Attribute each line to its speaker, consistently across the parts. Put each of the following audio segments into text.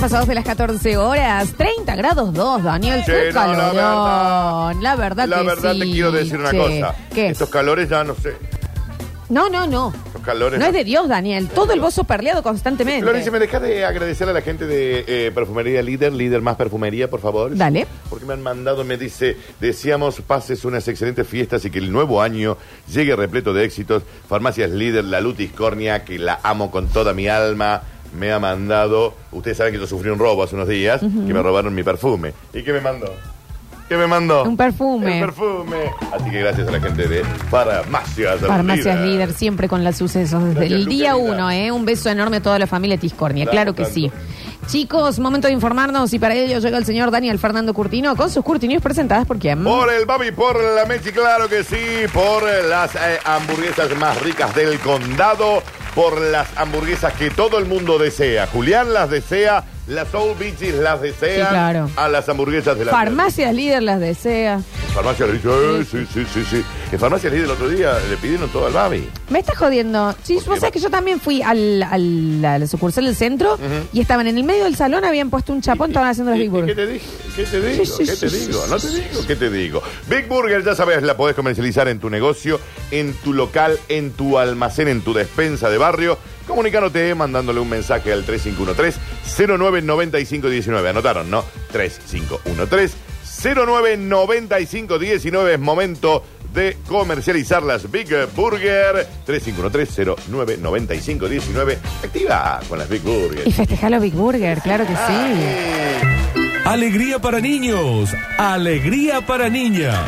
Speaker 1: pasados de las 14 horas, 30 grados 2, Daniel.
Speaker 2: Sí,
Speaker 1: qué
Speaker 2: no, la
Speaker 1: calorón. La verdad,
Speaker 2: La
Speaker 1: que
Speaker 2: verdad
Speaker 1: sí,
Speaker 2: te quiero decir una
Speaker 1: che.
Speaker 2: cosa.
Speaker 1: ¿Qué?
Speaker 2: Estos calores ya no sé.
Speaker 1: No, no, no.
Speaker 2: Los calores.
Speaker 1: No es de Dios, Daniel. Todo el bozo perleado constantemente.
Speaker 2: Florencia, ¿me dejas de agradecer a la gente de eh, Perfumería Líder, Líder Más Perfumería, por favor?
Speaker 1: Dale.
Speaker 2: Porque me han mandado, me dice, deseamos pases unas excelentes fiestas y que el nuevo año llegue repleto de éxitos. Farmacias Líder, la Lutis Cornia, que la amo con toda mi alma, me ha mandado. Ustedes saben que yo sufrí un robo hace unos días, que me robaron mi perfume. ¿Y qué me mandó? ¿Qué me mandó?
Speaker 1: Un perfume.
Speaker 2: Un perfume. Así que gracias a la gente de Farmacias
Speaker 1: Farmacias líder, siempre con los sucesos desde
Speaker 2: eh. Gracias,
Speaker 1: el
Speaker 2: Luca
Speaker 1: día
Speaker 2: Vidal.
Speaker 1: uno, ¿eh? Un beso enorme a toda la familia Tiscornia,
Speaker 2: Damos
Speaker 1: claro que
Speaker 2: tanto.
Speaker 1: sí. Chicos, momento de informarnos y para ello llega el señor Daniel Fernando Curtino con sus Curtinios presentadas por quién.
Speaker 2: Por el Babi, por la Mechi, claro que sí. Por las eh, hamburguesas más ricas del condado. Por las hamburguesas que todo el mundo desea. Julián las desea. Las Soul Beaches las desea.
Speaker 1: Sí, claro.
Speaker 2: A las hamburguesas de la
Speaker 1: Farmacias líder las desea.
Speaker 2: Farmacia le dice, eh, sí, sí, sí, sí. En Farmacia Líder el otro día le pidieron todo al Babi.
Speaker 1: Me estás jodiendo. Sí,
Speaker 2: ¿Por
Speaker 1: vos
Speaker 2: qué?
Speaker 1: sabés que yo también fui al, al- a la sucursal del centro y estaban en el medio del salón, habían puesto un chapón, estaban haciendo los
Speaker 2: ¿Y-
Speaker 1: Big
Speaker 2: y ¿Qué
Speaker 1: Burger.
Speaker 2: te dije? ¿Qué te digo?
Speaker 1: Sí, sí,
Speaker 2: ¿Qué te
Speaker 1: sí,
Speaker 2: digo?
Speaker 1: sí,
Speaker 2: ¿No
Speaker 1: sí,
Speaker 2: te
Speaker 1: sí,
Speaker 2: digo? ¿Qué te digo? Big Burger, ya sabes, la podés comercializar en tu negocio, en tu local, en tu almacén, en tu despensa de barrio. Comunicándote mandándole un mensaje al 3513-099519. Anotaron, ¿no? 3513-099519. Es momento de comercializar las Big Burger. 3513-099519. Activa con las Big Burger.
Speaker 1: Y festejar los Big Burger, claro que
Speaker 2: Ah,
Speaker 1: sí.
Speaker 2: Ay.
Speaker 3: Alegría para niños, alegría para niñas.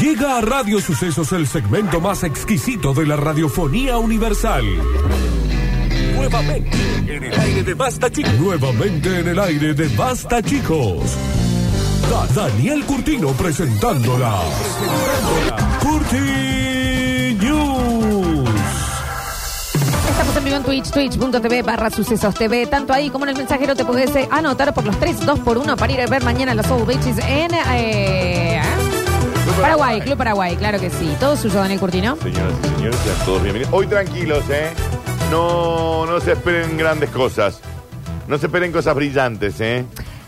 Speaker 3: Llega a Radio Sucesos el segmento más exquisito de la radiofonía universal. Nuevamente en el aire de Basta Chicos. Nuevamente en el aire de Basta Chicos. Da- Daniel Curtino presentándola. Curti News.
Speaker 1: Estamos en vivo en Twitch, twitch.tv barra sucesos TV. Tanto ahí como en el mensajero te podés eh, anotar por los 3, 2 por 1 para ir a ver mañana los Soul Beaches en eh, Paraguay, Club Paraguay, claro que sí. Todo suyo, Daniel Curtino.
Speaker 2: Señoras y señores, sean todos bienvenidos. Hoy tranquilos, ¿eh? No, no se esperen grandes cosas. No se esperen cosas brillantes, ¿eh?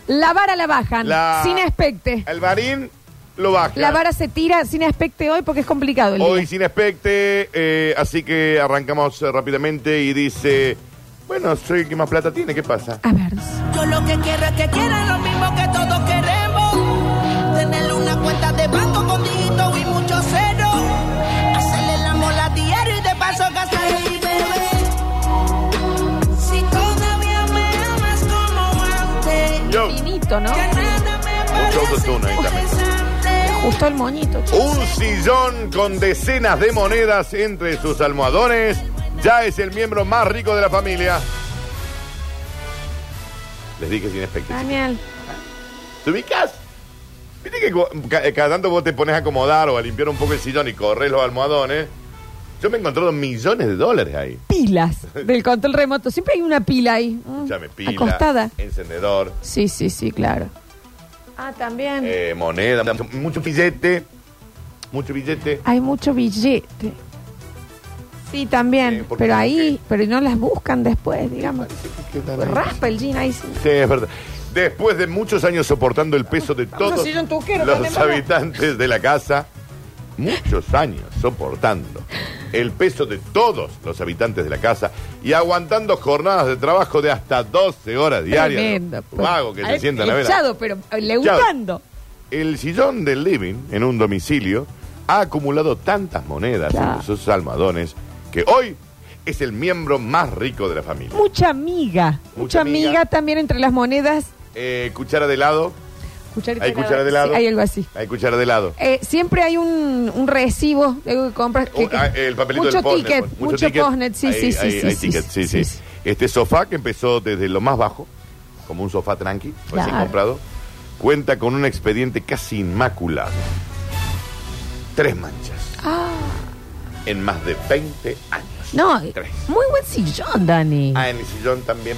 Speaker 1: La vara la bajan,
Speaker 2: La-
Speaker 1: sin aspecte.
Speaker 2: El barín lo baja.
Speaker 1: La vara se tira sin aspecte hoy porque es complicado el
Speaker 2: Hoy
Speaker 1: día.
Speaker 2: sin expecte, eh, así que arrancamos eh, rápidamente y dice, bueno, soy el que más plata tiene, ¿qué pasa?
Speaker 1: A ver.
Speaker 4: Yo lo que quiero es que quieran lo mismo que todos queremos. Tener una cuenta de banco con dígito y mucho cero. Hacerle la mola diario y de paso gastar y beber. Si todavía me amas como antes.
Speaker 2: Yo,
Speaker 1: Finito, ¿no?
Speaker 4: Que nada me
Speaker 2: Mucho
Speaker 4: parece
Speaker 2: autotune ahí también.
Speaker 4: interesante.
Speaker 1: Justo el moñito, che.
Speaker 2: un sillón con decenas de monedas entre sus almohadones, ya es el miembro más rico de la familia. Les dije sin expecte.
Speaker 1: Daniel.
Speaker 2: ¿Te ubicas? Viste que cu- ca- eh, cada tanto vos te pones a acomodar o a limpiar un poco el sillón y corres los almohadones. Yo me he encontrado millones de dólares ahí.
Speaker 1: Pilas del control remoto. Siempre hay una pila ahí. mm,
Speaker 2: Llame pila,
Speaker 1: Acostada.
Speaker 2: encendedor,
Speaker 1: Sí, sí, sí, claro. Ah, también.
Speaker 2: eh, moneda, mucho, mucho billete, mucho billete.
Speaker 1: Hay mucho billete. Sí, también.
Speaker 2: Sí, porque
Speaker 1: pero
Speaker 2: como
Speaker 1: ahí,
Speaker 2: que-
Speaker 1: pero no las buscan después, digamos. Raspa el jean ahí. sí.
Speaker 2: Sí, es verdad. Después de muchos años soportando el peso de
Speaker 1: a
Speaker 2: todos
Speaker 1: hacer un tuquero,
Speaker 2: los
Speaker 1: Candemaro.
Speaker 2: habitantes de la casa, muchos años soportando el peso de todos los habitantes de la casa y aguantando jornadas de trabajo de hasta 12 horas diarias.
Speaker 1: Tremendo.
Speaker 2: Vago que
Speaker 1: Ahí,
Speaker 2: se sienta en la vela.
Speaker 1: Echado, pero eh, levantando.
Speaker 2: El sillón del living en un domicilio ha acumulado tantas monedas
Speaker 1: Claro.
Speaker 2: en sus almohadones que hoy es el miembro más rico de la familia.
Speaker 1: Mucha miga. Mucha, miga.
Speaker 2: miga.
Speaker 1: también entre las monedas.
Speaker 2: Eh, cuchara de lado,
Speaker 1: Cucharita
Speaker 2: Hay cuchara de helado.
Speaker 1: Sí, hay algo así.
Speaker 2: hay cuchara de lado.
Speaker 1: Eh, siempre hay un, un recibo de algo que compras. que-
Speaker 2: Un- ah, el papelito
Speaker 1: mucho
Speaker 2: del postnet, pues.
Speaker 1: ticket,
Speaker 2: bueno,
Speaker 1: mucho, postnet, sí,
Speaker 2: Hay-
Speaker 1: sí, sí,
Speaker 2: hay-
Speaker 1: sí,
Speaker 2: hay
Speaker 1: sí,
Speaker 2: ticket, sí, sí. Este sofá que empezó desde lo más bajo, como un sofá tranqui, recién
Speaker 1: Claro.
Speaker 2: comprado, cuenta con un expediente casi inmaculado. Tres manchas.
Speaker 1: Ah.
Speaker 2: En más de 20 años.
Speaker 1: No,
Speaker 2: Tres.
Speaker 1: muy buen sillón, Dani.
Speaker 2: Ah, en el sillón también.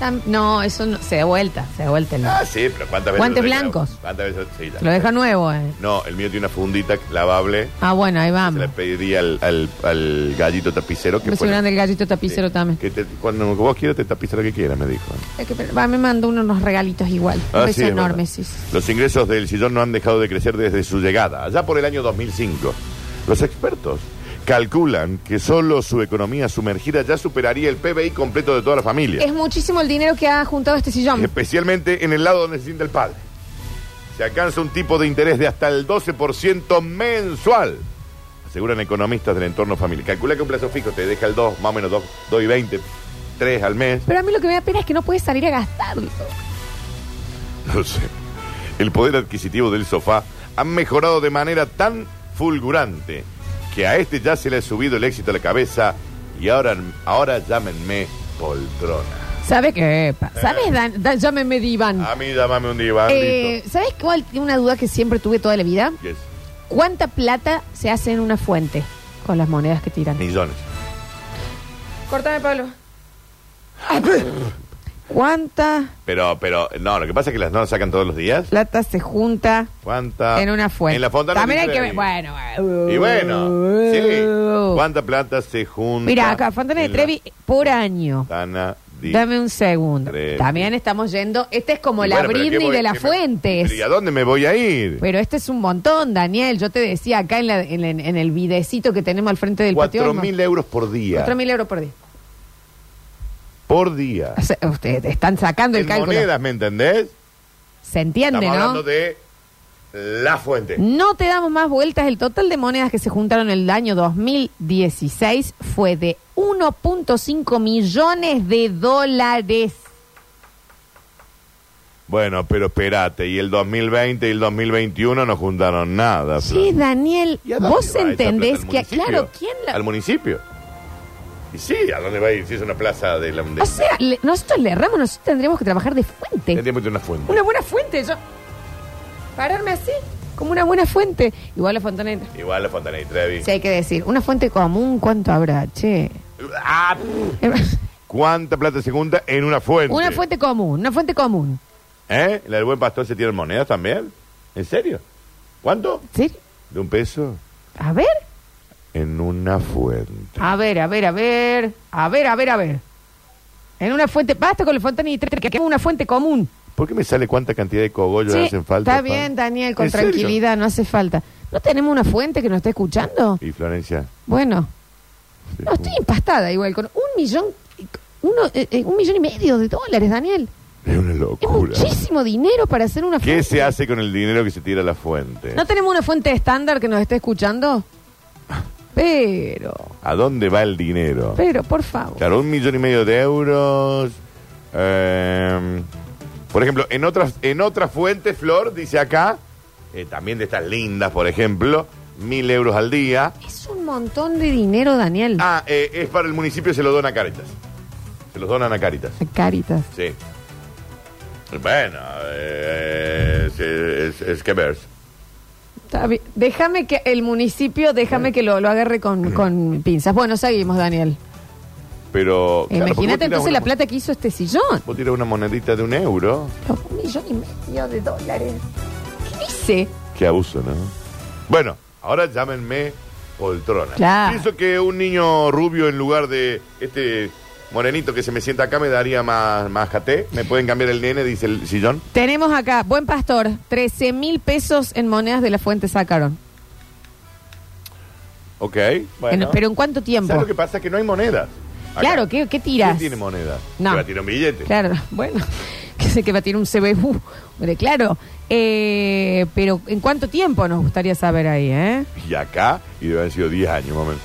Speaker 1: Tam- No, eso no- se da vuelta, se da vuelta el
Speaker 2: Ah, sí, pero ¿cuántas veces?
Speaker 1: Guantes
Speaker 2: lo deja-
Speaker 1: blancos.
Speaker 2: ¿Cuántas veces? Sí, la-
Speaker 1: Lo deja nuevo, eh.
Speaker 2: No, el mío tiene una fundita lavable.
Speaker 1: Ah, bueno, ahí
Speaker 2: Se
Speaker 1: vamos.
Speaker 2: la pedí al, al, al gallito tapicero. Que
Speaker 1: Me
Speaker 2: fue-
Speaker 1: sobraron del gallito tapicero
Speaker 2: Sí,
Speaker 1: también.
Speaker 2: Eh, Que te- cuando vos quieras te tapiza lo que quieras, me dijo.
Speaker 1: Es que, pero, va, me mandó uno unos regalitos igual. Un
Speaker 2: Ah,
Speaker 1: beso
Speaker 2: sí, es
Speaker 1: enorme,
Speaker 2: verdad.
Speaker 1: sí, sí.
Speaker 2: Los ingresos del sillón no han dejado de crecer desde su llegada, allá por el año 2005. Los expertos calculan que solo su economía sumergida ya superaría el PBI completo de toda la familia.
Speaker 1: Es muchísimo el dinero que ha juntado este sillón.
Speaker 2: Especialmente en el lado donde se sienta el padre. Se alcanza un tipo de interés de hasta el 12% mensual. Aseguran economistas del entorno familiar. Calcula que un plazo fijo te deja el 2, más o menos 2, 2 y 20, 3 al mes.
Speaker 1: Pero a mí lo que me da pena es que no puedes salir a gastarlo.
Speaker 2: No sé. El poder adquisitivo del sofá ha mejorado de manera tan fulgurante que a este ya se le ha subido el éxito a la cabeza y ahora, ahora llámenme poltrona.
Speaker 1: ¿Sabes qué?
Speaker 2: Eh.
Speaker 1: pa- ¿Sabes? Dan, Dan- llámeme Diván.
Speaker 2: A mí llámame un diván.
Speaker 1: Eh,
Speaker 2: listo.
Speaker 1: ¿Sabes cuál? Una duda que siempre tuve toda la vida.
Speaker 2: Yes.
Speaker 1: ¿Cuánta plata se hace en una fuente con las monedas que tiran?
Speaker 2: Millones.
Speaker 1: Cortame, Pablo. ¿Cuánta
Speaker 2: Pero, pero, no, lo que pasa es que las no las sacan todos los días.
Speaker 1: plata se junta
Speaker 2: ¿Cuánta?
Speaker 1: en una fuente?
Speaker 2: Ah, En la fontana.
Speaker 1: También hay
Speaker 2: de
Speaker 1: que
Speaker 2: Trevi.
Speaker 1: ver. Bueno,
Speaker 2: Y bueno, sí. ¿Cuánta plata se junta?
Speaker 1: Mira, acá, Fontana de
Speaker 2: en la
Speaker 1: Trevi por año.
Speaker 2: Fontana di-
Speaker 1: Dame un segundo.
Speaker 2: Trevi.
Speaker 1: También estamos yendo. Este es como
Speaker 2: Y
Speaker 1: la
Speaker 2: bueno, pero ¿qué
Speaker 1: Britney
Speaker 2: voy-
Speaker 1: de las
Speaker 2: qué me-
Speaker 1: fuentes.
Speaker 2: ¿Y a dónde me voy a ir?
Speaker 1: Pero este es un montón, Daniel. Yo te decía acá en, la- en- en- en el videcito que tenemos al frente del patio.
Speaker 2: 4.000 euros por día.
Speaker 1: 4.000 euros por día.
Speaker 2: Por día.
Speaker 1: O sea, ustedes están sacando el
Speaker 2: En
Speaker 1: cálculo.
Speaker 2: monedas, ¿me entendés?
Speaker 1: Se entiende,
Speaker 2: Estamos hablando
Speaker 1: ¿no?
Speaker 2: de la fuente.
Speaker 1: No te damos más vueltas. El total de monedas que se juntaron en el año 2016 fue de 1.5 millones de dólares.
Speaker 2: Bueno, pero espérate, y el 2020 y el 2021 no juntaron nada.
Speaker 1: Sí,
Speaker 2: Flor.
Speaker 1: Daniel,
Speaker 2: ¿Y a dónde
Speaker 1: vos
Speaker 2: va esa
Speaker 1: entendés
Speaker 2: plata?
Speaker 1: que,
Speaker 2: ¿Al municipio?
Speaker 1: claro, ¿quién la...
Speaker 2: Al municipio. Y sí, ¿a dónde va a ir? Si es una plaza de la... de-
Speaker 1: O sea, le- nosotros le erramos, nosotros tendríamos que trabajar de fuente.
Speaker 2: Tendríamos que tener una fuente.
Speaker 1: Una buena fuente, yo. Pararme así, como una buena fuente. Igual la fontaneta.
Speaker 2: Igual la Fontana y Trevi.
Speaker 1: Sí, hay que decir, una fuente común, ¿cuánto habrá? Che.
Speaker 2: Ah, pff. ¿Cuánta plata se junta en una fuente?
Speaker 1: Una fuente común, una fuente común.
Speaker 2: ¿Eh? ¿La del buen pastor se tiene monedas también? ¿En serio? ¿Cuánto?
Speaker 1: ¿Sí?
Speaker 2: ¿De un peso?
Speaker 1: A ver,
Speaker 2: En una fuente.
Speaker 1: a ver, a ver, a ver, a ver, a ver, a ver. En una fuente, basta con la fontana y tres, que es una fuente común.
Speaker 2: ¿Por qué me sale cuánta cantidad de cogollos
Speaker 1: Sí,
Speaker 2: hacen falta?
Speaker 1: está
Speaker 2: Juan?
Speaker 1: bien, Daniel, con
Speaker 2: ¿En serio?
Speaker 1: tranquilidad, no hace falta. ¿No tenemos una fuente que nos esté escuchando?
Speaker 2: Y Florencia.
Speaker 1: Bueno,
Speaker 2: sí.
Speaker 1: no, estoy empastada igual, con un millón, uno, eh, eh, un millón y medio de dólares, Daniel.
Speaker 2: Es una
Speaker 1: Es
Speaker 2: locura.
Speaker 1: muchísimo dinero para hacer una fuente.
Speaker 2: ¿Qué se hace con el dinero que se tira a la fuente?
Speaker 1: ¿No tenemos una fuente estándar que nos esté escuchando?
Speaker 2: Ah.
Speaker 1: Pero,
Speaker 2: ¿A dónde va el dinero?
Speaker 1: pero, por favor.
Speaker 2: Claro, un millón y medio de euros. eh, por ejemplo, en otras, en otras fuentes, Flor, dice acá, eh, también de estas lindas, por ejemplo, mil euros al día.
Speaker 1: Es un montón de dinero, Daniel.
Speaker 2: Ah, eh, es para el municipio, se lo dona a Caritas. Se los donan a Caritas,
Speaker 1: Caritas.
Speaker 2: sí. Bueno, eh, es, es- es que ver.
Speaker 1: Está bien. Déjame que el municipio, déjame que lo, lo agarre con, con pinzas. Bueno, seguimos, Daniel. Eh,
Speaker 2: Pero... claro, porque vos
Speaker 1: Imagínate
Speaker 2: tirás
Speaker 1: entonces
Speaker 2: una
Speaker 1: la
Speaker 2: mo-
Speaker 1: plata que hizo este sillón.
Speaker 2: Vos tirás una monedita de un euro.
Speaker 1: Un millón y medio de dólares. ¿Qué dice?
Speaker 2: Qué abuso, ¿no? Bueno, ahora llámenme poltrona.
Speaker 1: Claro.
Speaker 2: Pienso que un niño rubio en lugar de este morenito que se me sienta acá me daría más, más jate. ¿Me pueden cambiar el nene? Dice el sillón.
Speaker 1: Tenemos acá, buen pastor, 13 mil pesos en monedas de la fuente sacaron.
Speaker 2: Ok,
Speaker 1: En-
Speaker 2: bueno.
Speaker 1: pero ¿en cuánto tiempo?
Speaker 2: ¿Sabes lo que pasa? Que no hay monedas. Acá.
Speaker 1: Claro, ¿qué, qué tiras?
Speaker 2: ¿Quién tiene monedas?
Speaker 1: No.
Speaker 2: Que va a tirar un billete.
Speaker 1: Claro, bueno, que sé que va a tirar un CBU, hombre, claro. Eh, pero ¿en cuánto tiempo nos gustaría saber ahí, eh?
Speaker 2: Y acá, y debe haber sido 10 años, más o menos.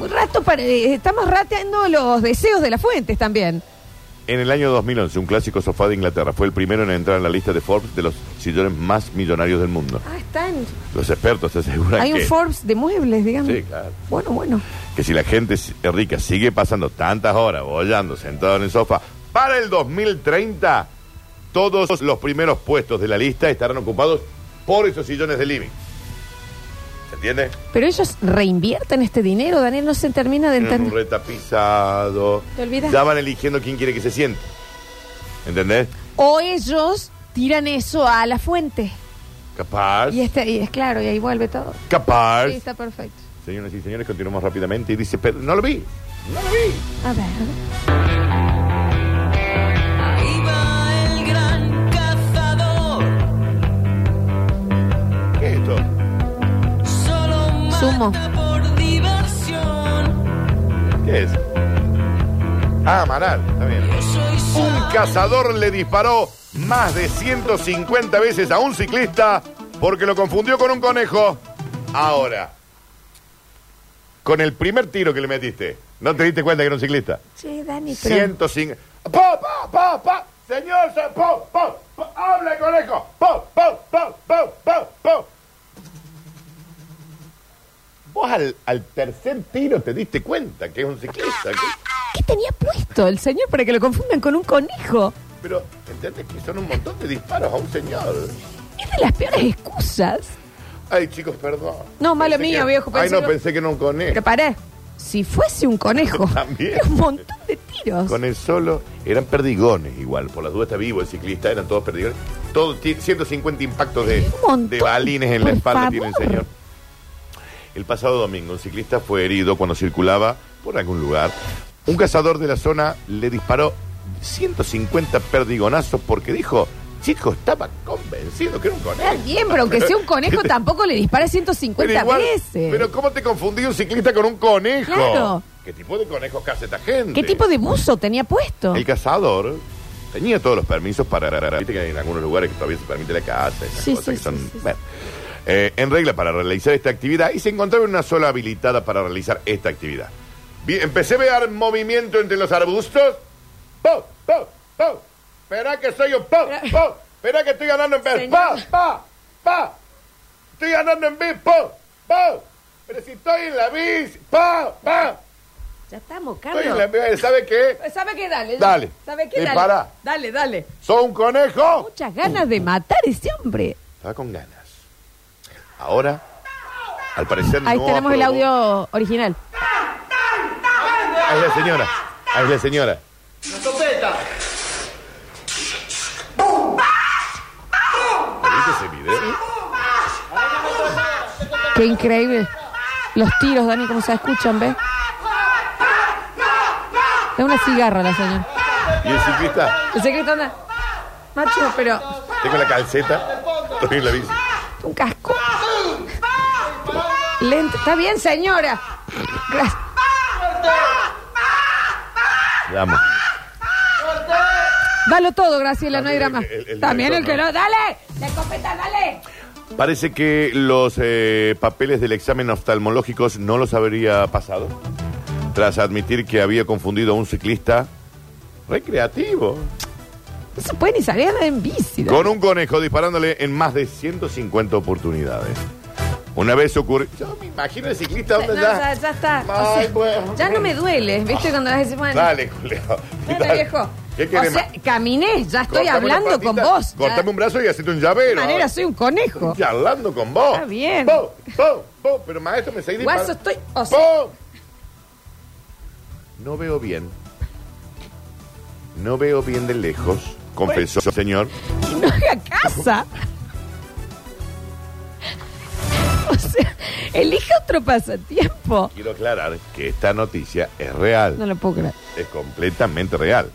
Speaker 1: Un rato para, eh, estamos rateando los deseos de las fuentes también.
Speaker 2: En el año 2011, un clásico sofá de Inglaterra fue el primero en entrar en la lista de Forbes de los sillones más millonarios del mundo.
Speaker 1: Ah, están.
Speaker 2: Los expertos aseguran
Speaker 1: Hay
Speaker 2: que...
Speaker 1: un Forbes de muebles, digamos.
Speaker 2: Sí, claro.
Speaker 1: Bueno, bueno.
Speaker 2: que si la gente si- es rica sigue pasando tantas horas bollando sentado en el sofá, para el 2030 todos los primeros puestos de la lista estarán ocupados por esos sillones de living. ¿Se entiende?
Speaker 1: Pero ellos reinvierten este dinero, Daniel, no se termina de
Speaker 2: Tienen un
Speaker 1: entender.
Speaker 2: retapizado.
Speaker 1: Te olvidas.
Speaker 2: Ya van eligiendo quién quiere que se siente. ¿Entendés?
Speaker 1: O ellos tiran eso a la fuente.
Speaker 2: Capaz.
Speaker 1: Y, este, y es claro, y ahí vuelve todo.
Speaker 2: Capaz.
Speaker 1: Sí, está perfecto.
Speaker 2: Señoras y señores, continuamos rápidamente. Y dice, pero no lo vi. No lo vi.
Speaker 1: A ver.
Speaker 5: Ahí va el gran cazador,
Speaker 2: ¿Qué es esto?
Speaker 5: solo mata
Speaker 1: Sumo.
Speaker 5: por diversión.
Speaker 2: ¿Qué es? Ah, Amaral. Está bien.
Speaker 5: Yo soy
Speaker 2: Un cazador le disparó más de 150 veces a un ciclista porque lo confundió con un conejo. Ahora, con el primer tiro que le metiste, ¿no te diste cuenta que era un ciclista?
Speaker 1: Che, Dani, pero.
Speaker 2: 150. ¡Pa, pa, pa, pa! Señor, se- po, po, po, habla el conejo. Po, po, po, po, po, po. Vos al, al tercer tiro te diste cuenta que es un ciclista. que-
Speaker 1: ¿Qué tenía puesto el señor para que lo confundan con un conejo?
Speaker 2: Pero, ¿entendés que son un montón de disparos a un señor?
Speaker 1: Es de las peores excusas.
Speaker 2: Ay, chicos, perdón.
Speaker 1: No, malo
Speaker 2: Pensé
Speaker 1: mío,
Speaker 2: que-
Speaker 1: viejo, pensé
Speaker 2: Ay, no,
Speaker 1: que-
Speaker 2: pensé que no un conejo.
Speaker 1: Que paré. Si fuese un conejo,
Speaker 2: También.
Speaker 1: era un montón de tiros.
Speaker 2: Con el solo eran perdigones igual. Por las dudas está vivo el ciclista, eran todos perdigones. Todos ti- 150 impactos de,
Speaker 1: Un montón,
Speaker 2: de balines en la
Speaker 1: por
Speaker 2: espalda tiene el
Speaker 1: favor.
Speaker 2: señor. El pasado domingo, un ciclista fue herido cuando circulaba por algún lugar. Un cazador de la zona le disparó 150 perdigonazos porque dijo, chico, estaba convencido que era un conejo.
Speaker 1: Está bien, pero aunque sea un conejo, tampoco le dispara 150
Speaker 2: Pero igual-
Speaker 1: veces.
Speaker 2: Pero ¿cómo te confundí un ciclista con un conejo?
Speaker 1: Claro.
Speaker 2: ¿Qué tipo de conejos caza esta gente?
Speaker 1: ¿Qué tipo de buzo tenía puesto?
Speaker 2: El cazador tenía todos los permisos para... Viste que en algunos lugares que todavía se permite la caza. esas
Speaker 1: Sí,
Speaker 2: cosas
Speaker 1: sí,
Speaker 2: que
Speaker 1: sí,
Speaker 2: son-
Speaker 1: sí, sí.
Speaker 2: bueno. Eh, en regla para realizar esta actividad y se encontraba una sola habilitada para realizar esta actividad. Vi- empecé a ver movimiento entre los arbustos. ¡Po! ¡Po! ¡Po! Esperá que soy un po, po. Esperá que estoy ganando en vez. ¡Pa! ¡Pa! ¡Pa! Estoy ganando en vez. ¡Po! ¡Po! Pero si estoy en la bici. ¡Pa! ¡Pa!
Speaker 1: Ya estamos,
Speaker 2: Estoy en la bici. ¿Sabe qué?
Speaker 1: ¿Sabe qué? Dale.
Speaker 2: Dale. Eh,
Speaker 1: ¿Sabe qué? Dale.
Speaker 2: Dispará.
Speaker 1: Dale, dale.
Speaker 2: ¿Soy un conejo?
Speaker 1: Muchas ganas de matar a ese hombre.
Speaker 2: Estaba con ganas. Ahora, al parecer
Speaker 1: Ahí
Speaker 2: no
Speaker 1: tenemos el
Speaker 2: aprobó-
Speaker 1: audio original.
Speaker 2: Ahí es la señora. Ahí es la señora. ¿Viste ese video?
Speaker 1: Qué increíble. Los tiros, Dani, como se escuchan, ¿ves? Es una cigarra la señora.
Speaker 2: Y el ciclista,
Speaker 1: El secreto anda. Macho, pero
Speaker 2: tengo la calceta, estoy en la bici.
Speaker 1: un casco. Lento. Está bien, señora. Gracias.
Speaker 2: La amo.
Speaker 1: Dalo todo, Graciela, no hay
Speaker 2: También el
Speaker 1: drama.
Speaker 2: que- el- el
Speaker 1: También el
Speaker 2: director,
Speaker 1: que
Speaker 2: ¿no?
Speaker 1: no. ¡Dale! ¡La escopeta, dale!
Speaker 2: Parece que los eh, papeles del examen oftalmológicos no los habría pasado. Tras admitir que había confundido a un ciclista recreativo
Speaker 1: No se puede ni salir en bici. Dani.
Speaker 2: Con un conejo disparándole en más de 150 oportunidades. Una vez ocurrió. Yo me imagino el ciclista
Speaker 1: No,
Speaker 2: donde
Speaker 1: ya,
Speaker 2: ya.
Speaker 1: ya está. O
Speaker 2: Ay,
Speaker 1: sea,
Speaker 2: bueno.
Speaker 1: Ya no me duele, ¿viste? Cuando vas a decir, bueno,
Speaker 2: Dale, Julio.
Speaker 1: dale,
Speaker 2: Dale.
Speaker 1: viejo.
Speaker 2: ¿Qué
Speaker 1: o
Speaker 2: querés
Speaker 1: sea,
Speaker 2: más?
Speaker 1: caminé, ya estoy
Speaker 2: Cortame una
Speaker 1: hablando con
Speaker 2: patita,
Speaker 1: vos. ya.
Speaker 2: Cortame un brazo y hacete un llavero.
Speaker 1: De manera, soy un conejo.
Speaker 2: Estoy charlando con vos.
Speaker 1: Está bien.
Speaker 2: Vos, vos, vos. Pero maestro, me seguís
Speaker 1: Guaso,
Speaker 2: disparando.
Speaker 1: estoy- o sea-
Speaker 2: Vos. No veo bien. No veo bien de lejos, confesó el señor.
Speaker 1: Y no voy a casa. o sea, elige otro pasatiempo.
Speaker 2: Quiero aclarar que esta noticia es real.
Speaker 1: No lo puedo creer.
Speaker 2: es completamente real.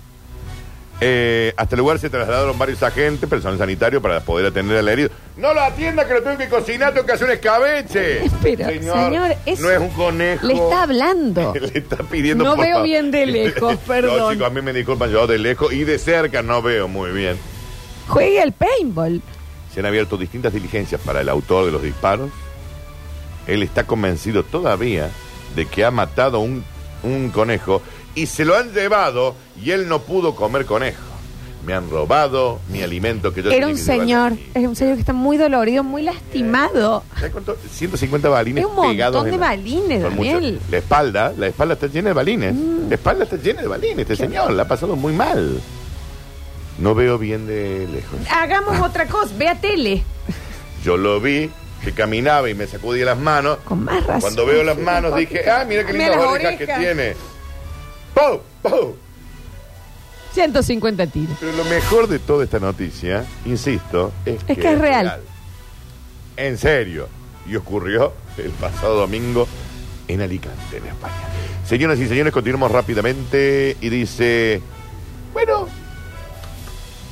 Speaker 2: Eh, hasta el lugar se trasladaron varios agentes, personal sanitario, para poder atender al herido. No lo atienda, que lo tengo que cocinar, tengo que hacer un escabeche.
Speaker 1: Pero, señor, es-
Speaker 2: no es un conejo.
Speaker 1: Le está hablando.
Speaker 2: Le está pidiendo
Speaker 1: No
Speaker 2: por
Speaker 1: veo
Speaker 2: favor.
Speaker 1: bien de lejos,
Speaker 2: No,
Speaker 1: perdón.
Speaker 2: chicos, a mí me disculpan, yo de lejos y de cerca no veo muy bien.
Speaker 1: Juegue al paintball.
Speaker 2: Se han abierto distintas diligencias para el autor de los disparos. Él está convencido todavía de que ha matado un, un conejo y se lo han llevado y él no pudo comer conejo. Me han robado mi alimento que yo
Speaker 1: Era
Speaker 2: tenía
Speaker 1: un
Speaker 2: que llevarme
Speaker 1: señor,
Speaker 2: aquí.
Speaker 1: es un señor que está muy dolorido, muy lastimado.
Speaker 2: ¿Sabes cuánto? 150 balines
Speaker 1: Es un montón
Speaker 2: pegados en
Speaker 1: de
Speaker 2: la-
Speaker 1: balines,
Speaker 2: Son muchos.
Speaker 1: Daniel. Mm.
Speaker 2: La espalda, la espalda está llena de balines. La espalda está llena de balines. Este señor la ha pasado muy mal. No veo bien de lejos.
Speaker 1: Hagamos otra cosa, ve a tele.
Speaker 2: Yo lo vi que caminaba y me sacudía las manos.
Speaker 1: Con más razón.
Speaker 2: Cuando veo las manos dije, ah, mira qué lindas
Speaker 1: las
Speaker 2: orejas que
Speaker 1: orejas.
Speaker 2: tiene. ¡Pau! ¡Pau!
Speaker 1: 150 tiros.
Speaker 2: Pero lo mejor de toda esta noticia, insisto, es,
Speaker 1: Es que es real.
Speaker 2: En serio. Y ocurrió el pasado domingo en Alicante, en España. Señoras y señores, continuamos rápidamente y dice, bueno,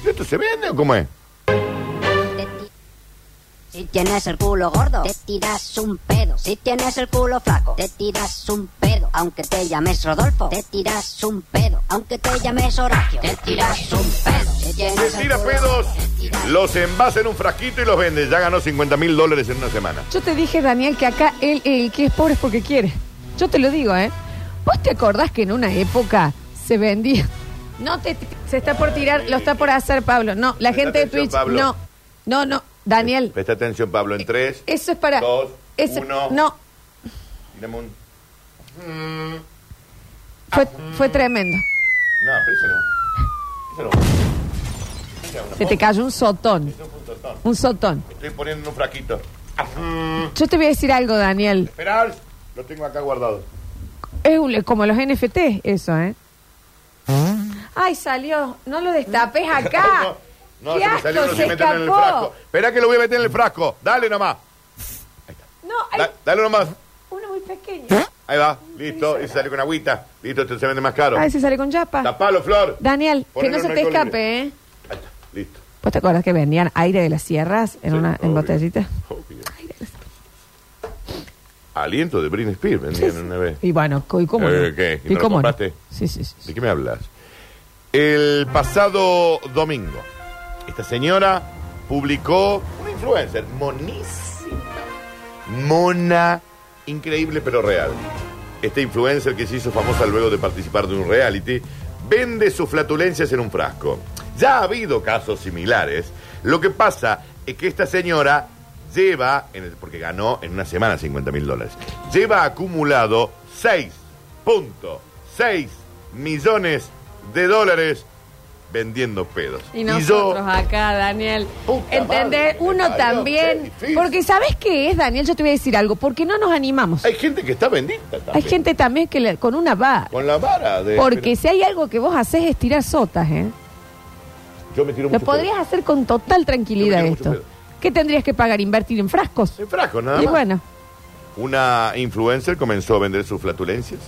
Speaker 2: ¿y ¿esto se vende o cómo es?
Speaker 6: Si tienes el culo gordo, te tiras un pedo. Si tienes el culo flaco, te tiras un pedo. Aunque te llames Rodolfo, te tiras un pedo. Aunque te llames Horacio, te tiras un pedo. Si
Speaker 2: Se
Speaker 6: tienes el
Speaker 2: tira
Speaker 6: culo
Speaker 2: pedos,
Speaker 6: gordo, te tiras
Speaker 2: los envasa en un frasquito y los vende. Ya ganó 50 mil dólares en una semana.
Speaker 1: Yo te dije, Daniel, que acá el, el que es pobre es porque quiere. Yo te lo digo, ¿eh? ¿Vos te acordás que en una época se vendía? No, te, se está por tirar, lo está por hacer, Pablo. No, la
Speaker 2: Presta
Speaker 1: gente de
Speaker 2: atención,
Speaker 1: Twitch.
Speaker 2: Pablo.
Speaker 1: No, no, no, Daniel.
Speaker 2: Presta atención, Pablo, en tres.
Speaker 1: Eso es para.
Speaker 2: Dos,
Speaker 1: eso-
Speaker 2: uno.
Speaker 1: No, eh.
Speaker 2: Tirame un-
Speaker 1: fue, fue tremendo.
Speaker 2: No, pero eso no. Eso no.
Speaker 1: Se te cayó un sotón. Un sotón.
Speaker 2: Estoy poniendo en un fraquito.
Speaker 1: Yo te voy a decir algo, Daniel.
Speaker 2: Esperar, lo tengo acá guardado.
Speaker 1: Es un- como los NFT, eso, ¿eh? Ay, salió. No lo destapes acá.
Speaker 2: No,
Speaker 1: ¡Qué
Speaker 2: se me salió,
Speaker 1: asco,
Speaker 2: no se meten en el frasco. Espera que lo voy a meter en el frasco. Dale nomás.
Speaker 1: No, hay
Speaker 2: Da- dale nomás.
Speaker 1: uno muy pequeño.
Speaker 2: Ahí va, listo. Y se sale con agüita. Listo, esto se vende más caro.
Speaker 1: A ver si Ah, sale con yapa.
Speaker 2: Tapalo, Flor.
Speaker 1: Daniel, que
Speaker 2: Ponelo
Speaker 1: no se
Speaker 2: en
Speaker 1: te
Speaker 2: alcohol
Speaker 1: escape, ¿eh?
Speaker 2: Ahí está, listo.
Speaker 1: ¿Vos te acordás que vendían aire de las sierras en
Speaker 2: Sí,
Speaker 1: una en
Speaker 2: obvio.
Speaker 1: botellita?
Speaker 2: Obvio. Aliento de Britney Spears vendían una vez.
Speaker 1: Y bueno, co- ¿y cómo no?
Speaker 2: Eh, ¿qué?
Speaker 1: ¿Y
Speaker 2: ¿Y no lo
Speaker 1: cómo no?
Speaker 2: compraste?
Speaker 1: Sí, sí, sí.
Speaker 2: ¿De qué me hablas? El pasado domingo, esta señora publicó una influencer monísima. Mona, increíble pero real. Esta influencer que se hizo famosa luego de participar de un reality, vende sus flatulencias en un frasco. Ya ha habido casos similares. Lo que pasa es que esta señora lleva, en el- porque ganó en una semana 50 mil dólares, lleva acumulado 6.6 millones de dólares vendiendo pedos.
Speaker 1: Y nosotros ah. acá, Daniel.
Speaker 2: Puta madre
Speaker 1: ¿Entendés?
Speaker 2: que me
Speaker 1: Uno
Speaker 2: parió, qué
Speaker 1: también.
Speaker 2: difícil.
Speaker 1: Porque ¿sabés qué es, Daniel? Yo te voy a decir algo. Porque no nos animamos.
Speaker 2: hay gente que está bendita también.
Speaker 1: Hay gente también que le- con una va.
Speaker 2: Con la vara de...
Speaker 1: Porque si hay algo que vos haces es tirar sotas, ¿eh?
Speaker 2: Yo me tiro
Speaker 1: Lo
Speaker 2: mucho
Speaker 1: podrías
Speaker 2: pedo.
Speaker 1: hacer con total tranquilidad
Speaker 2: Yo me
Speaker 1: esto.
Speaker 2: tiro mucho Ah.
Speaker 1: ¿Qué tendrías que pagar? ¿Invertir en frascos?
Speaker 2: En frasco, nada
Speaker 1: y
Speaker 2: más.
Speaker 1: bueno,
Speaker 2: Una influencer comenzó a vender sus flatulencias.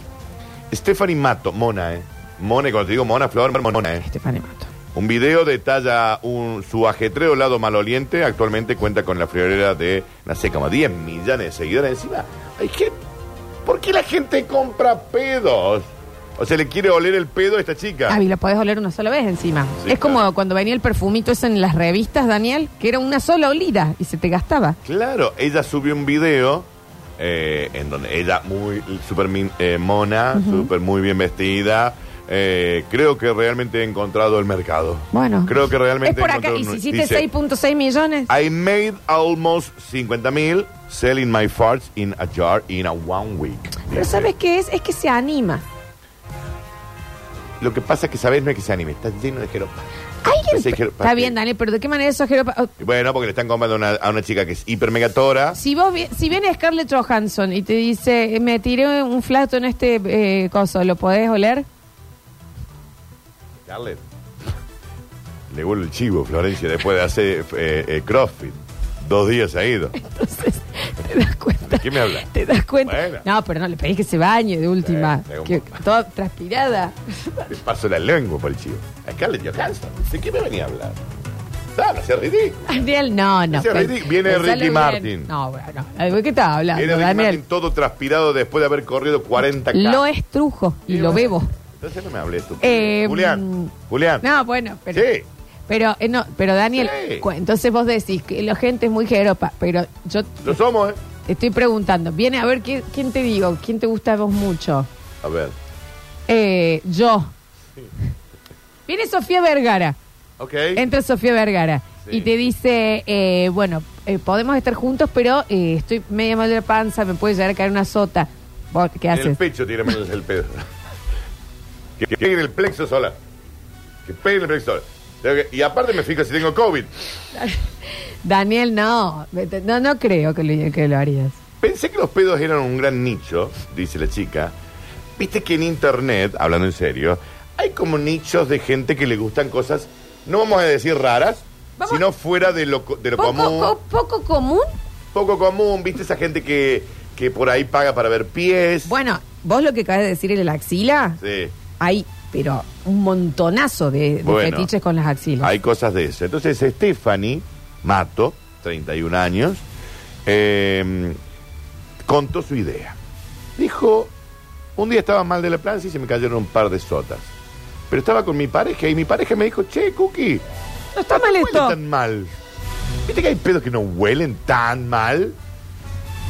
Speaker 2: Stephanie Mato, mona, ¿eh? Mona, y cuando te digo mona, flor, mona, ¿eh?
Speaker 1: Estefane este Mato.
Speaker 2: Un video detalla un, su ajetreo lado maloliente. Actualmente cuenta con la friolera de, no sé, como 10 millones de seguidores. Encima, hay gente... ¿Por qué la gente compra pedos? O sea, le quiere oler el pedo a esta chica.
Speaker 1: Avi, lo podés oler una sola vez encima.
Speaker 2: Ah. Sí,
Speaker 1: es como
Speaker 2: claro.
Speaker 1: cuando venía el perfumito eso en las revistas, Daniel, que era una sola olida y se te gastaba.
Speaker 2: Claro, ella subió un video eh, en donde ella muy super min- eh, mona, super muy bien vestida. eh, creo que realmente he encontrado el mercado.
Speaker 1: Bueno.
Speaker 2: creo que realmente
Speaker 1: Es por
Speaker 2: he
Speaker 1: acá.
Speaker 2: encontrado
Speaker 1: Y
Speaker 2: un-
Speaker 1: si hiciste
Speaker 2: dice,
Speaker 1: 6.6 millones.
Speaker 2: I made almost 50 mil selling my farts in a jar in a one week.
Speaker 1: Pero ¿sabes qué es? Es que se anima.
Speaker 2: Lo que pasa es que sabes no es que se anime, está lleno de jeropa.
Speaker 1: Alguien.
Speaker 2: Pues sí, que-
Speaker 1: Está bien, Daniel, pero ¿de qué manera eso
Speaker 2: Y Bueno, porque le están comprando a una- a una chica que es hiper megatora.
Speaker 1: Si vos vi- si viene Scarlett Johansson y te dice, eh, me tiré un flato en este eh, coso, ¿lo podés oler?
Speaker 2: Scarlett. Le vuelve el chivo, Florencia, después de hacer eh, eh, CrossFit. Dos días se ha ido.
Speaker 1: Entonces, te das cuenta.
Speaker 2: ¿Qué me habla?
Speaker 1: Te das cuenta.
Speaker 2: Bueno.
Speaker 1: No, pero no le pedís que se bañe de última.
Speaker 2: Sí, tengo un
Speaker 1: que,
Speaker 2: poco.
Speaker 1: toda transpirada.
Speaker 2: Le paso la lengua por el chivo. A Scarlett Johansson. ¿De qué me venía a hablar? Dame, sea ridículo.
Speaker 1: Daniel, no, no.
Speaker 2: Ese
Speaker 1: pe-
Speaker 2: Ricky- viene
Speaker 1: pensalo
Speaker 2: Ricky
Speaker 1: bien.
Speaker 2: Martin.
Speaker 1: No, bueno, no. ¿De qué estás hablando,
Speaker 2: Era Ricky
Speaker 1: Daniel?
Speaker 2: Martin todo transpirado después de haber corrido 40 k
Speaker 1: Lo estrujo y lo bebo.
Speaker 2: Entonces no me hables tú.
Speaker 1: Eh,
Speaker 2: Julián,
Speaker 1: mm,
Speaker 2: Julián.
Speaker 1: No, bueno, pero.
Speaker 2: Sí.
Speaker 1: Pero, eh, no, pero Daniel,
Speaker 2: Sí.
Speaker 1: cu- entonces vos decís que la gente es muy jeropa, pero yo
Speaker 2: Lo somos, ¿eh?
Speaker 1: te estoy preguntando, viene a ver quién, quién te digo, quién te gusta a vos mucho.
Speaker 2: A ver.
Speaker 1: Eh, yo. Viene Sofía Vergara.
Speaker 2: Ok.
Speaker 1: Entra Sofía Vergara
Speaker 2: Sí.
Speaker 1: y te dice, eh, bueno, eh, podemos estar juntos, pero eh, estoy media mal de la panza, me puede llegar a caer una sota. Vos, ¿Qué
Speaker 2: En el
Speaker 1: haces?
Speaker 2: pecho tiene menos el pedo. que pegue en el plexo solar. Que pegue en el plexo solar. Tengo que- Y aparte me fijo si tengo COVID.
Speaker 1: Daniel, no. Vete- No, no creo que lo, que lo harías.
Speaker 2: Pensé que los pedos eran un gran nicho, dice la chica. Viste que en internet, hablando en serio, hay como nichos de gente que le gustan cosas, no vamos a decir raras,
Speaker 1: Vamos.
Speaker 2: sino fuera de lo, co- de lo
Speaker 1: Poco,
Speaker 2: común.
Speaker 1: co- poco común.
Speaker 2: Poco común, viste esa gente que, que por ahí paga para ver pies.
Speaker 1: Bueno, vos lo que acabas de decir en la axila,
Speaker 2: Sí.
Speaker 1: hay, pero un montonazo de, de
Speaker 2: Bueno.
Speaker 1: fetiches con las axilas.
Speaker 2: Hay cosas de eso. Entonces, Stephanie Mato, 31 años, eh, contó su idea. Dijo, un día estaba mal de la plancha y se me cayeron un par de sotas. Pero estaba con mi pareja y mi pareja me dijo, che, Cookie,
Speaker 1: no está mal
Speaker 2: huele
Speaker 1: esto.
Speaker 2: tan mal. ¿Viste que hay pedos que no huelen tan mal?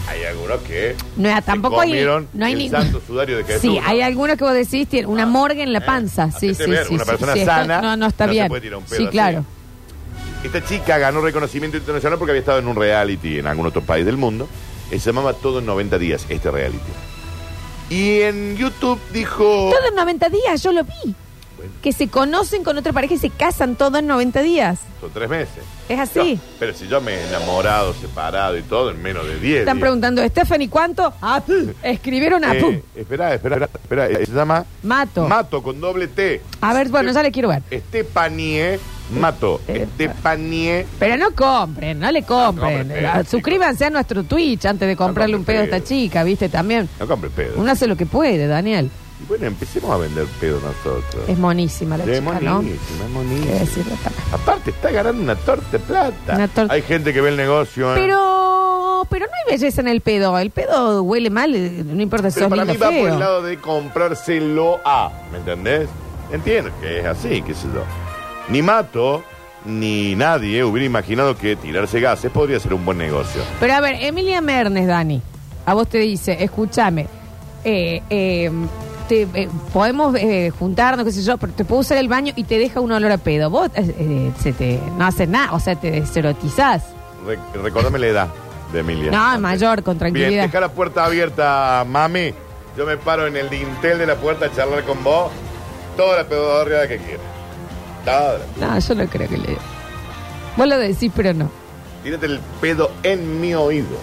Speaker 2: Hay algunos que
Speaker 1: No, ah,
Speaker 2: se
Speaker 1: tampoco hay-
Speaker 2: comieron
Speaker 1: no hay
Speaker 2: el
Speaker 1: ningún-
Speaker 2: santo sudario de Jesús.
Speaker 1: Sí, hay
Speaker 2: ¿no?
Speaker 1: algunos que vos decís, tiene una
Speaker 2: Ah,
Speaker 1: morgue en la
Speaker 2: eh,
Speaker 1: panza. Sí,
Speaker 2: hacete
Speaker 1: sí,
Speaker 2: ver,
Speaker 1: sí.
Speaker 2: una
Speaker 1: sí,
Speaker 2: persona
Speaker 1: sí, está-
Speaker 2: sana
Speaker 1: no, no está
Speaker 2: no se
Speaker 1: bien.
Speaker 2: puede tirar un pedo
Speaker 1: sí,
Speaker 2: así.
Speaker 1: claro.
Speaker 2: Esta chica ganó reconocimiento internacional porque había estado en un reality en algún otro país del mundo. Eh, Se llamaba Todo en 90 días, este reality. Y en YouTube dijo...
Speaker 1: Todo en 90 días, yo lo vi.
Speaker 2: Bueno.
Speaker 1: Que se conocen con otra pareja y se casan todo en 90 días.
Speaker 2: Son tres meses.
Speaker 1: Es así.
Speaker 2: Yo- pero si yo me he enamorado, separado y todo en menos de 10
Speaker 1: Están
Speaker 2: días.
Speaker 1: preguntando, Stephanie, ¿cuánto? Ah, pum, escribieron a pum.
Speaker 2: Eh, espera, espera, espera. eh, Se llama...
Speaker 1: Mato.
Speaker 2: Mato con doble T.
Speaker 1: A ver, bueno, Eh,
Speaker 2: Este-
Speaker 1: ya le quiero ver.
Speaker 2: Estepanie Mato.
Speaker 1: Estepa-
Speaker 2: Estepanie
Speaker 1: Pero no compren, no le compren.
Speaker 2: Ah, No compren,
Speaker 1: Eh,
Speaker 2: chicos.
Speaker 1: Suscríbanse a nuestro Twitch antes de comprarle un pedo a
Speaker 2: compren
Speaker 1: esta
Speaker 2: pedo.
Speaker 1: chica, ¿viste? También.
Speaker 2: No compre pedo.
Speaker 1: Uno hace lo que puede, Daniel.
Speaker 2: Y bueno, empecemos a vender pedo nosotros.
Speaker 1: Es monísima la
Speaker 2: Es
Speaker 1: chica, ¿no?
Speaker 2: monísima, es
Speaker 1: Hay que
Speaker 2: monísima.
Speaker 1: decirlo acá.
Speaker 2: Aparte, está ganando una torta de plata.
Speaker 1: Una torta.
Speaker 2: Hay gente que ve el negocio. ¿eh?
Speaker 1: Pero, pero no hay belleza en el pedo. El pedo huele mal, eh, no importa si
Speaker 2: Pero
Speaker 1: sos
Speaker 2: para
Speaker 1: lindo
Speaker 2: mí
Speaker 1: o
Speaker 2: va por el
Speaker 1: feo.
Speaker 2: lado de comprárselo a. ¿Me entendés? Entiendo que es así, qué sé yo. Ni Mato ni nadie hubiera imaginado que tirarse gases podría ser un buen negocio.
Speaker 1: Pero a ver, Emilia Mernes, Dani, a vos te dice, escúchame, eh, eh, te, eh, podemos eh, juntarnos, qué sé yo, pero te puedo usar el baño y te deja un olor a pedo. Vos eh, eh, se te, no haces nada, o sea, te deserotizás.
Speaker 2: Re- recordame la edad de Emilia.
Speaker 1: No, mayor, con
Speaker 2: Bien,
Speaker 1: tranquilidad.
Speaker 2: deja la puerta abierta, mami. Yo me paro en el dintel de la puerta a charlar con vos. Toda la pedorreada que quieras. Toda la-
Speaker 1: No, yo no creo que le... Vos lo decís, pero no.
Speaker 2: Tírate el pedo en mi oído.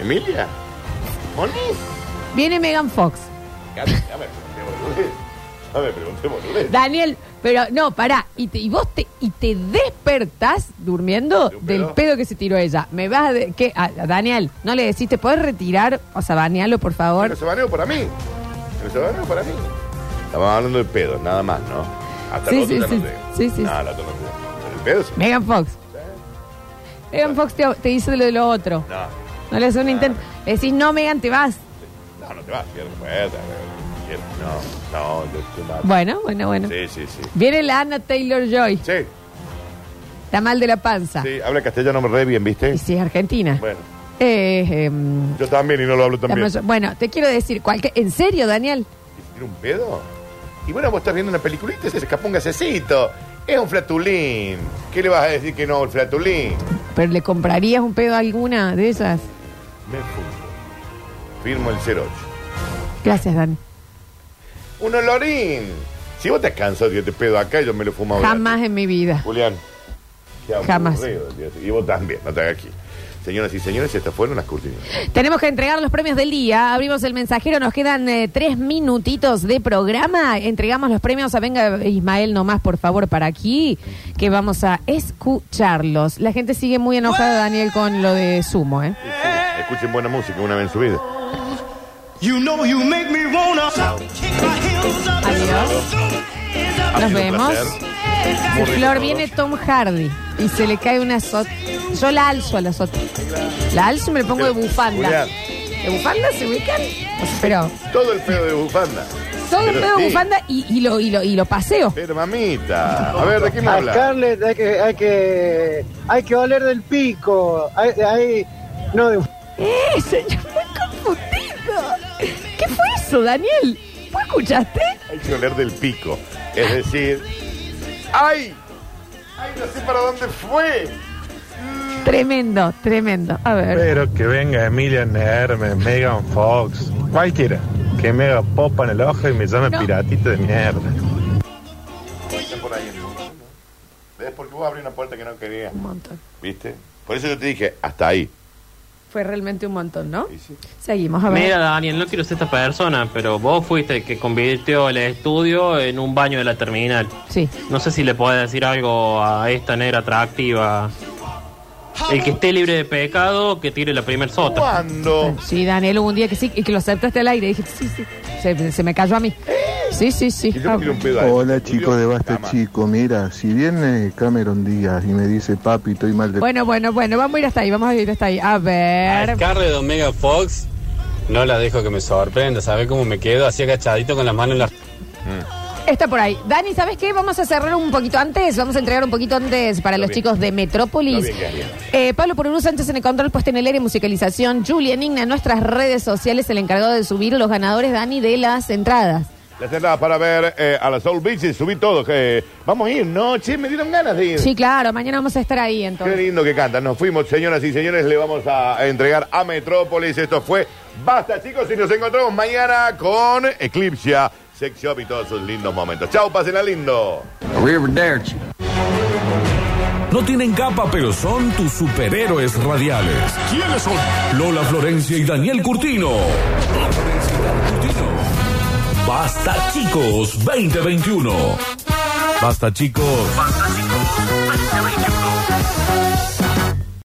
Speaker 2: Emilia. Monis.
Speaker 1: Viene Megan Fox.
Speaker 2: Ya me ya me pregunté boludez. Ya me pregunté boludez.
Speaker 1: Daniel, pero no, pará. Y, te- y vos te, y te despertás durmiendo
Speaker 2: ¿De un
Speaker 1: del
Speaker 2: pedo?
Speaker 1: pedo que se tiró ella. Me vas a... de- ¿qué? A- a Daniel, no le decís, ¿te podés retirar? O sea, banealo, por favor.
Speaker 2: Pero se baneó para mí. Pero se baneó para mí. Estamos hablando de pedos, nada más, ¿no? Hasta
Speaker 1: Sí,
Speaker 2: el
Speaker 1: sí,
Speaker 2: otro ya no
Speaker 1: sí.
Speaker 2: llega.
Speaker 1: Sí, sí,
Speaker 2: No,
Speaker 1: sí.
Speaker 2: el otro no llega. Pero el pedo sí.
Speaker 1: Megan Fox. Megan Fox te, te dice lo de lo otro.
Speaker 2: No.
Speaker 1: No le haces un intento. Le decís, no, Megan, te vas.
Speaker 2: No, no te vas, cierra la puerta. cierra. No, no, yo te mato.
Speaker 1: Bueno, bueno, bueno.
Speaker 2: Sí, sí, sí.
Speaker 1: Viene la Anna Taylor-Joy.
Speaker 2: Sí,
Speaker 1: Está mal de la panza.
Speaker 2: sí, habla castellano re bien,
Speaker 1: Y
Speaker 2: ¿viste?
Speaker 1: si es argentina.
Speaker 2: Bueno,
Speaker 1: Eh, em,
Speaker 2: yo también y no lo hablo
Speaker 1: la
Speaker 2: tan bien.
Speaker 1: mayor- bueno, te quiero decir, cualquier... ¿en serio, Daniel?
Speaker 2: ¿Tiene un pedo? Y bueno, vos estás viendo una peliculita y se escapó un gasecito. Es un flatulín. ¿Qué le vas a decir que no, el flatulín?
Speaker 1: ¿Pero le comprarías un pedo a alguna de esas?
Speaker 2: Me fumo. Firmo el 08.
Speaker 1: Gracias, Dani.
Speaker 2: Un olorín. Si vos te cansado de te pedo acá, yo me lo fumo ahora.
Speaker 1: Jamás en mi vida.
Speaker 2: Julián. qué aburrido,
Speaker 1: Jamás.
Speaker 2: Dios. Y vos también, no te hagas aquí. Señoras y señores, estas fueron las cortinas.
Speaker 1: Tenemos que entregar los premios del día. Abrimos el mensajero, nos quedan eh, tres minutitos de programa. Entregamos los premios a Venga Ismael nomás, por favor, para aquí, que vamos a escucharlos. La gente sigue muy enojada, Daniel, con lo de Sumo, ¿eh?
Speaker 2: Escuchen buena música una vez en su vida.
Speaker 7: You know you make me wanna
Speaker 1: Adiós.
Speaker 2: Ha
Speaker 1: Nos
Speaker 2: sido un
Speaker 1: vemos.
Speaker 2: placer.
Speaker 1: En
Speaker 2: Muy rico
Speaker 1: Flor
Speaker 2: todo.
Speaker 1: viene Tom Hardy y se le cae una sota. Yo la alzo a la sota. La alzo y me le pongo de bufanda.
Speaker 2: Julián.
Speaker 1: ¿De bufanda se ubican? O sea, Pero
Speaker 2: Todo el pedo de bufanda.
Speaker 1: todo el
Speaker 2: Pero
Speaker 1: pedo de
Speaker 2: sí.
Speaker 1: bufanda y, y lo, y, lo, y lo paseo.
Speaker 2: Pero mamita. A ver, ¿de qué me
Speaker 8: A
Speaker 2: hablas?
Speaker 8: Scarlett hay que, hay que, hay que oler del pico. Hay, hay- no, de-
Speaker 1: ¡Eh, señor! Muy confundido. ¿Qué fue eso, Daniel? ¿Vos escuchaste?
Speaker 2: Hay que oler del pico. Es decir. ¡Ay! ¡Ay, no sé para dónde fue!
Speaker 1: Tremendo, tremendo. A ver.
Speaker 9: Pero que venga Emilia Nerme, Megan Fox, cualquiera. Que me haga popa en el ojo y me llame
Speaker 1: No.
Speaker 9: piratito de mierda.
Speaker 2: Está por ahí. vos abrís una puerta que no quería.
Speaker 1: Un montón.
Speaker 2: ¿Viste? Por eso yo te dije, hasta ahí.
Speaker 1: Fue realmente un montón, ¿no?
Speaker 2: Y sí.
Speaker 1: Seguimos, a ver.
Speaker 10: Mira, Daniel, no quiero ser esta persona, pero vos fuiste el que convirtió el estudio en un baño de la terminal.
Speaker 1: Sí.
Speaker 10: No sé si le podés decir algo a esta negra atractiva. El que esté libre de pecado, que tire la primer sota.
Speaker 2: ¿Cuándo?
Speaker 1: Sí, Daniel, hubo un día que sí, y que lo aceptaste al aire. Dije, sí, sí. Se, se me cayó a mí. Sí, sí, sí. Ah.
Speaker 2: Que yo me tire un pedo ahí.
Speaker 11: Hola chicos de Basta
Speaker 2: Cama.
Speaker 11: Chico, mira, si viene Cameron Díaz y me dice papi estoy mal de...
Speaker 1: Bueno, bueno, bueno, vamos a ir hasta ahí, vamos a ir hasta ahí. A ver.
Speaker 9: Carre de Omega Fox, no la dejo que me sorprenda, ¿sabes cómo me quedo? Así agachadito con las manos en la...
Speaker 1: Está por ahí. Dani, ¿sabes qué? Vamos a cerrar un poquito antes, vamos a entregar un poquito antes para
Speaker 2: Lo
Speaker 1: los
Speaker 2: bien.
Speaker 1: chicos de Metrópolis.
Speaker 2: Lo bien que haría.
Speaker 1: Eh, Pablo Porurú Sánchez en el control, puesta en el aire y musicalización. Julian Igna en nuestras redes sociales, el encargado de subir los ganadores, Dani, de las entradas.
Speaker 2: Las entradas para ver eh, a la Soul Beach y subí todo. que vamos a ir, ¿no? Che, me dieron ganas de ir.
Speaker 1: Sí, claro, mañana vamos a estar ahí
Speaker 2: Qué
Speaker 1: entonces.
Speaker 2: lindo que cantan. Nos fuimos, señoras y señores. Le vamos a entregar a Metrópolis. Esto fue Basta, chicos. Y nos encontramos mañana con Eclipsia, Sex Shop y todos sus lindos momentos. Chau, pásenla lindo.
Speaker 3: No tienen capa, pero son tus superhéroes radiales.
Speaker 7: ¿Quiénes son?
Speaker 3: Lola Florencia y Daniel Curtino. Basta chicos 2021. Basta chicos. Basta chicos.